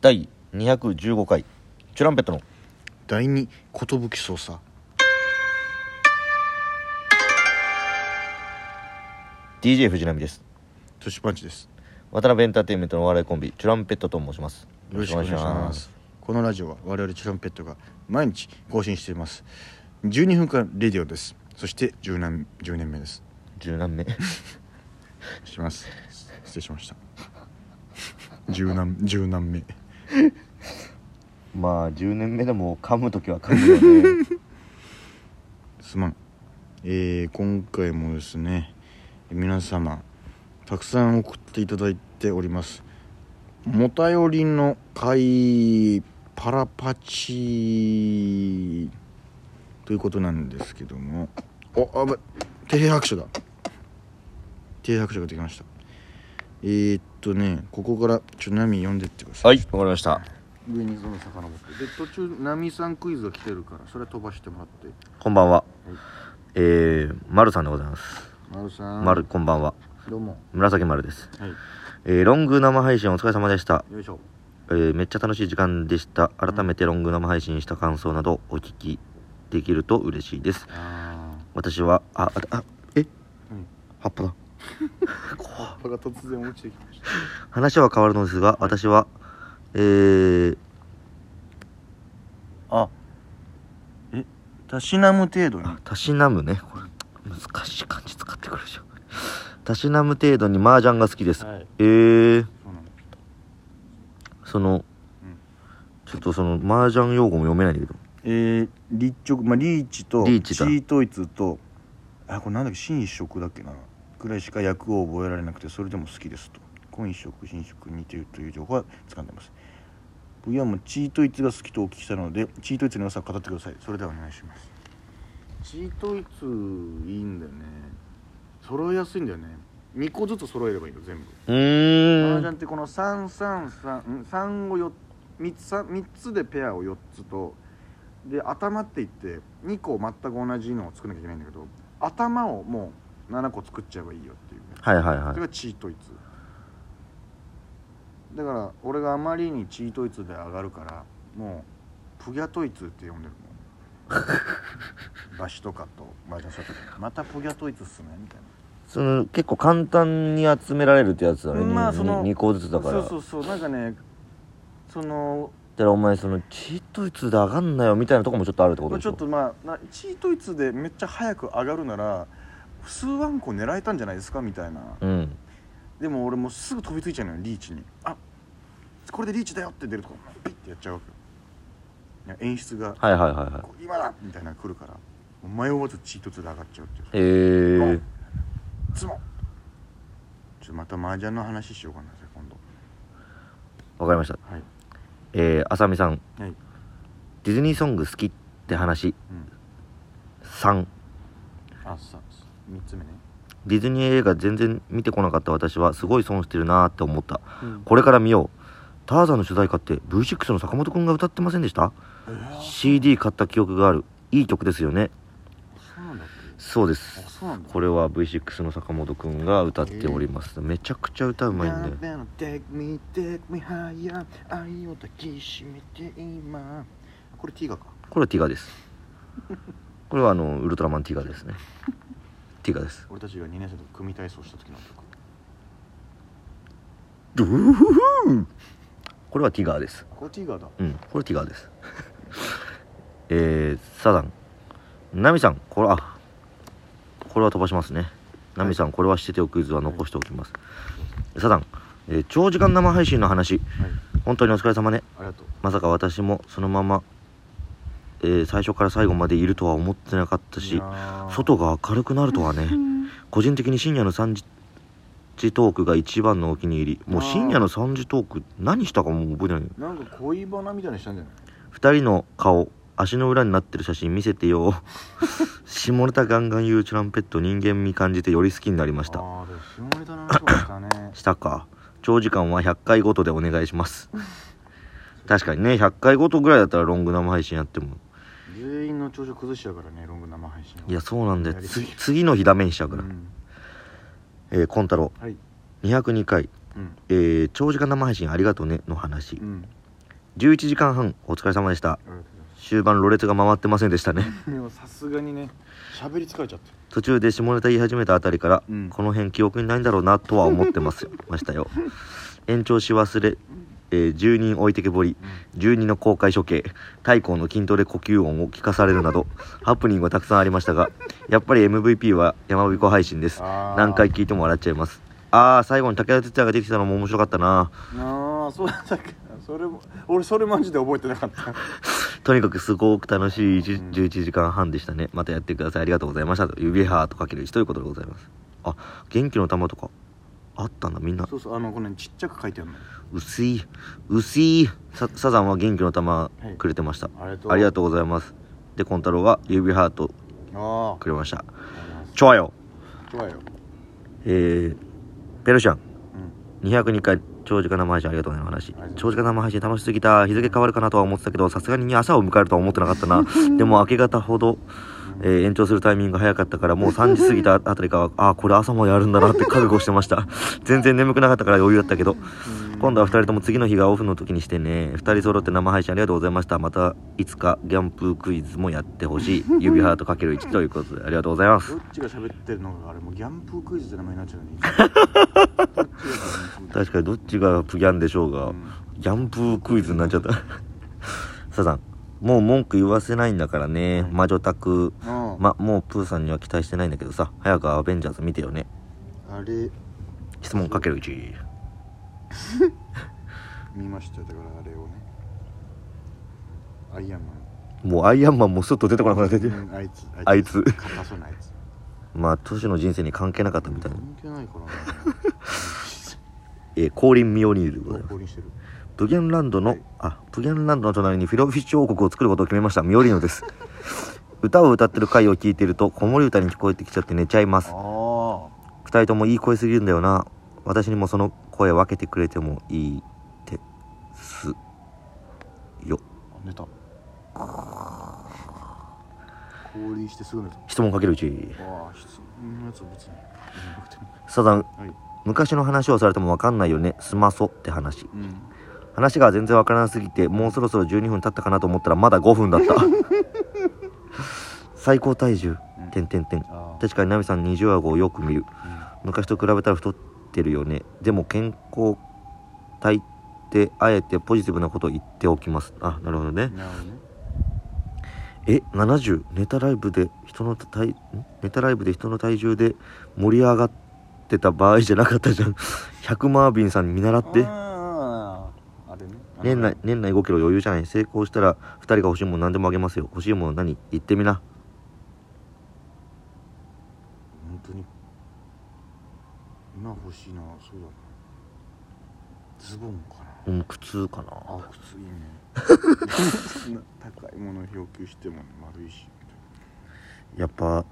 第215回チュランペットの第二寿捜査は DJ 藤波ですトシパンチです渡辺エンターテインメントのお笑いコンビチュランペットと申しますよろしくお願いしますこのラジオは我々チュランペットが毎日更新しています12分間レディオですそして10年 ,10 年目です十何名します失礼しました10何10何目 まあ10年目でも噛む時は噛むよねすまんえー、今回もですね皆様たくさん送っていただいておりますもたよりの会パラパチということなんですけどもおあぶ手拍手だ手拍手ができましたえー、っとねここからちょ波読んでってくださ いはいわかりました上にその遡ってで途中波さんクイズが来てるからそれ飛ばしてもらってこんばんはえー、まるさんでございます丸さんまるこんばんはどうも紫丸ですはいえー、ロング生配信お疲れ様でしたよいしょえーめっちゃ楽しい時間でした改めてロング生配信した感想などお聞きできると嬉しいですあ私はあああえうん葉っぱだあ葉が突然落ちてきまし話は変わるのですが私はえー、たあえたしなむ程度にあたしなむねこれ難しい漢字使ってくるでしょたしなむ程度に麻雀が好きです、はいえー、そうなのその、うんちょっとその麻雀用語も読めないんだけどえー、立直まあリーチとリーチだートイツとあこれなんだっけ新一色だっけなくらいしか役を覚えられなくてそれでも好きですと今一色新一色に似ているという情報は掴んでます僕はもうチートイツが好きとお聞きしたのでチートイツの良さを語ってくださいそれではお願いしますチートイツいいんだよね揃えやすいんだよね2個ずつ揃えればいいの全部う麻ー雀んってこの3333をよ3つ3つでペアを4つとで頭っていって2個全く同じのを作らなきゃいけないんだけど頭をもう7個作っちゃえばいいよっていうはいはいはそれがチートイツだから俺があまりにチートイツで上がるからもうプギャトイツって呼んでる もんバシとかと麻雀した時またプギャトイツっすねみたいなその結構簡単に集められるってやつだね、まあにそのに2個ずつだからそうそうそうなんかねそのだからお前そのチートイツで上がんなよみたいなとこもちょっとあるってことまあでしちょょっとまあなチートイツでめっちゃ早く上がるなら数ワンコ狙えたんじゃないですかみたいなうんでも俺もうすぐ飛びついちゃうのよリーチにあこれでリーチだよって出るとこピッてやっちゃうわけよいや演出がはいはいはいはいこう今だみたいなのが来るからもう迷わずチートイツで上がっちゃうっていうえー、つもちょっとまた麻雀の話しようかなじゃあ今度わかりましたはいえー、あさみさんはいディズニーソング好きって話うん3あさ3つ目ねディズニー映画全然見てこなかった私はすごい損してるなーって思ったうんこれから見ようターザンの主題歌って V6 の坂本くんが歌ってませんでしたえー CD 買った記憶があるいい曲ですよねそうなんだっけそうであすそうなんだこれは V6 の坂本くんが歌っております、めちゃくちゃ歌うまいんで Take me, take me higher 愛を抱きしめて今これティガかこれはティガですこれはあのウルトラマンティガですねティガです俺たちが2年生と組体操した時の曲ドゥフフフこれはティガーですこれティガだうんこれティガーです えー、サザンナミさんこれあこれは飛ばしますねナミさん、これはしてておクイズは残しておきます、サザン、えー長時間生配信の話はい本当にお疲れ様ねありがとうまさか私もそのまま、えー最初から最後までいるとは思ってなかったし外が明るくなるとはね個人的に深夜の3時時トークが一番のお気に入りもうあー深夜の3時トーク何したかもう覚えてないなんか恋バナみたいにしたんじゃない2人の顔足の裏になってる写真見せて よ下ネタガンガン言うチュランペット人間味感じてより好きになりましたああでも下ネタの話もし たねしたか長時間は100回ごとでお願いします確かにね100回ごとぐらいだったらロング生配信やっても全員の調子崩しちゃうからねロング生配信はいやそうなんだよやりすつぎ次の日ダメにしちゃううから、んえー、コン太郎はい202回、うんえー長時間生配信ありがとうね」の話、うん11時間半お疲れ様でした終盤ろれつが回ってませんでしたねでもさすがにね喋り疲れちゃった途中で下ネタ言い始めたあたりから、うんこの辺記憶にないんだろうなとは思ってますました よ延長し忘れ、えー住人置いてけぼり住人の公開処刑太閤の筋トレ呼吸音を聞かされるなどハプニングはたくさんありましたがやっぱり MVP は山彦配信ですあー何回聞いても笑っちゃいますああ最後に武田鉄矢が出てきたのも面白かったなああそうだったっけそれも俺それマジで覚えてなかった とにかくすごく楽しい一うん11時間半でしたねまたやってくださいありがとうございましたと指ハートかける1ということでございますあ元気の玉とかあったんだみんなそうそうあのこの辺ちっちゃく書いてあるの薄い薄いさサザンは元気の玉はいくれてました、ありがとうありがとうございますでコンタロウは指ハートあくれましたあちょよそうだよえー、ペルシャンう202回長時間生配信ありがとうねお話がとう長時間生配信楽しすぎた日付変わるかなとは思ってたけどさすがに朝を迎えるとは思ってなかったなでも明け方ほど、えー延長するタイミングが早かったからもう3時過ぎたあたりからああこれ朝までやるんだなって覚悟してました全然眠くなかったから余裕だったけど今度は2人とも次の日がオフの時にしてね2人揃って生配信ありがとうございましたまたいつかギャンプクイズもやってほしい指ハートかける1ということでありがとうございますどっちが喋ってるのかあれもうギャンブルクイズって名前になっち ゃうねどっちが喋ってるのか確かにどっちがプギャンでしょうが、うんギャンプークイズになっちゃった サザンもう文句言わせないんだからね魔女宅ああまもうプーさんには期待してないんだけどさ早くアベンジャーズ見てよねあれ質問かける1見ましたよだからあれをねアイアンマンもうアイアンマンもすっと出てこなくなっててうんあいつあいつ勝たそうなあい つまあ都市の人生に関係なかったみたいな関係ないからなえー、降臨ミオニールでございます降臨してるブギャンランドのあブギャンランドの隣にフィロフィッシュ王国を作ることを決めましたミオリーノです 歌を歌ってる回を聞いてると子守歌に聞こえてきちゃって寝ちゃいますあ二人ともいい声すぎるんだよな私にもその声分けてくれてもいいですよあ寝た降臨してすぐ寝た質問かけるうちああ質問のやつは別にうんなくてもサザンはい昔の話をされても分かんないよねスマソって話うん話が全然分からなすぎてもうそろそろ12分経ったかなと思ったらまだ5分だった 最高体重てんてんてんあ確かにナミさん20顎をよく見るあ昔と比べたら太ってるよねでも健康体ってあえてポジティブなことを言っておきますあなるほどねうんなるほどねえ70ネタライブで人の体んネタライブで人の体重で盛り上がってた場合じゃなかったじゃん 100マービンさんに見習ってあああれね年内年内5キロ余裕じゃない成功したら2人が欲しいもの何でもあげますよ欲しいもの何言ってみな本当に今欲しいなそうだなズボンかなうん苦痛かなあ靴いいね そんな高いもの要求してもね丸いしやっぱ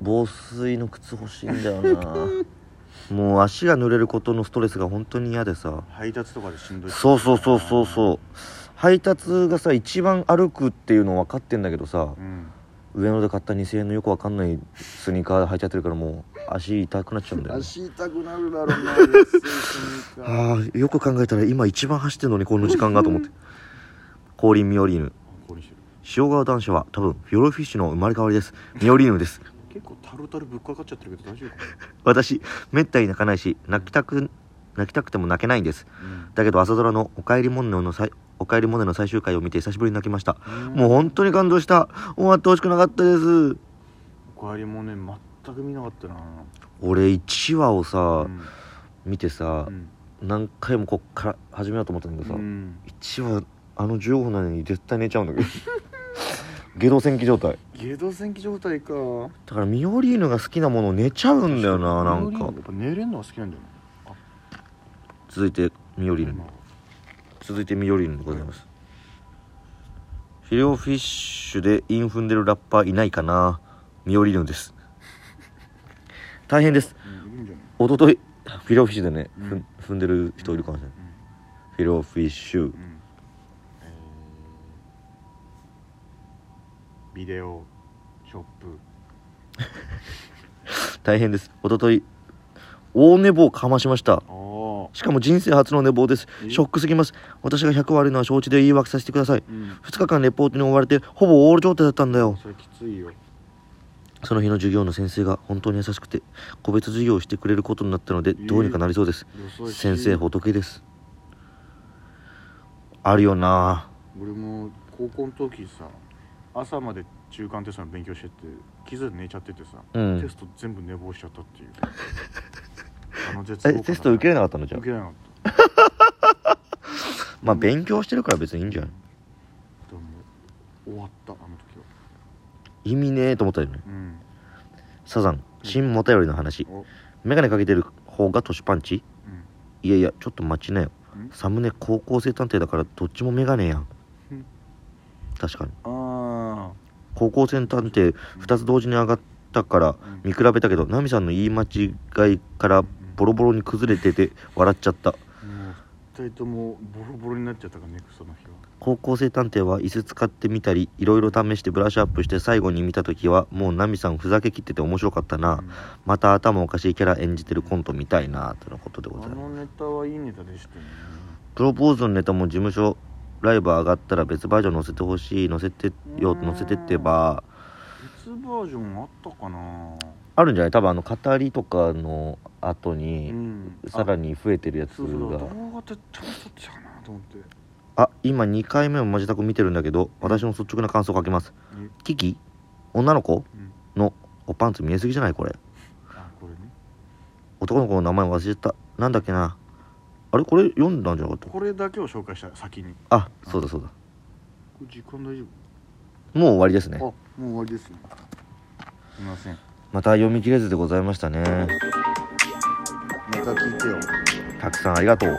防水の靴欲しいんだよな もう足が濡れることのストレスが本当に嫌でさ配達とかでしんどいそうそうそうそうそう配達がさ一番歩くっていうの分かってんだけどさ、うん上野で買った2000円のよくわかんないスニーカー履いちゃってるからもう足痛くなっちゃうん だよ、ね、足痛くなるだろうな安いス ニーカーああよく考えたら今一番走ってるのにこの時間がと思って降臨ミオリーヌこれにしてる塩川男子は多分フィロフィッシュの生まれ変わりですミオリーヌです結構タルタルぶっかかっちゃってるけど大丈夫か私めったに泣かないし泣きたく泣きたくても泣けないんですなだけど朝ドラの「おかえりモネ」の最おかえりモネの最終回を見て久しぶりに泣きましたうんもう本当に感動した終わってほしくなかったですおかえりもね全く見なかったな俺1話をさ、うん見てさ、うん何回もこっから始めようと思ったんだけどさ、うん一話あの15分なのに絶対寝ちゃうんだけど 下道戦記状態下道戦記状態かだからミオリーヌが好きなものを寝ちゃうんだよななんやかっぱ寝れんのが好きなんだよ続いてミオリーヌな続いてミオリーヌでございますフィレオフィッシュでイン踏んでるラッパーいないかなミオリーヌです大変ですうんいるんじゃない一昨日フィレオフィッシュでね、うんふん踏んでる人いるかもしれない、フィレオフィッシュうんえービデオショップ大変です一昨日大寝坊かましましたあしかも人生初の寝坊ですえショックすぎます私が100悪いのは承知で言い訳させてくださいうん2日間レポートに追われてほぼオール状態だったんだよそれきついよその日の授業の先生が本当に優しくて個別授業をしてくれることになったのでえどうにかなりそうです予想し先生仏ですあるよな俺も高校の時さ朝まで中間テストの勉強してて気づいて寝ちゃっててさ、うんテスト全部寝坊しちゃったっていうあの絶望え感テスト受けれなかったのじゃ受あけれなかっまあ勉強してるから別にいいんじゃないたでも終わったあの時は意味ねえと思ったよねうんサザン新もたよりの話おメガネかけてる方が年パンチうんいやいやちょっと待ちなよんサムネ高校生探偵だからどっちもメガネやんうん確かにあ高校生探偵2つ同時に上がったからうん見比べたけどナミさんの言い間違いからボロボロに崩れてて笑っちゃったあもう2人ともボロボロになっちゃったからねその日は高校生探偵は椅子使ってみたりいろいろ試してブラッシュアップして最後に見た時はもうナミさんふざけきってて面白かったな、うんまた頭おかしいキャラ演じてるコント見たいなとのことでござあいのますネタはいいネタでしたよねプロポーズのネタも事務所ライブ上がったら別バージョン載せてほしい載せてようん載せてってば別バージョンあったかなあるんじゃない多分あの語りとかの後に、うんさらにに増えてるやつそうそうがだから動画ってちゃんと撮ってたかなと思ってあ今2回目をマジタク見てるんだけど私の率直な感想を書きますえキキ女の子うんのおパンツ見えすぎじゃないこれあこれね男の子の名前忘れちゃったなんだっけなあれこれ読んだんじゃなかっこれだけを紹介した先にたあそうだそうだこれ時間大丈もう終わりですね夫あもう終わりですねすいませんまた読み切れずでございましたねまた聞いてよたくさんありがとう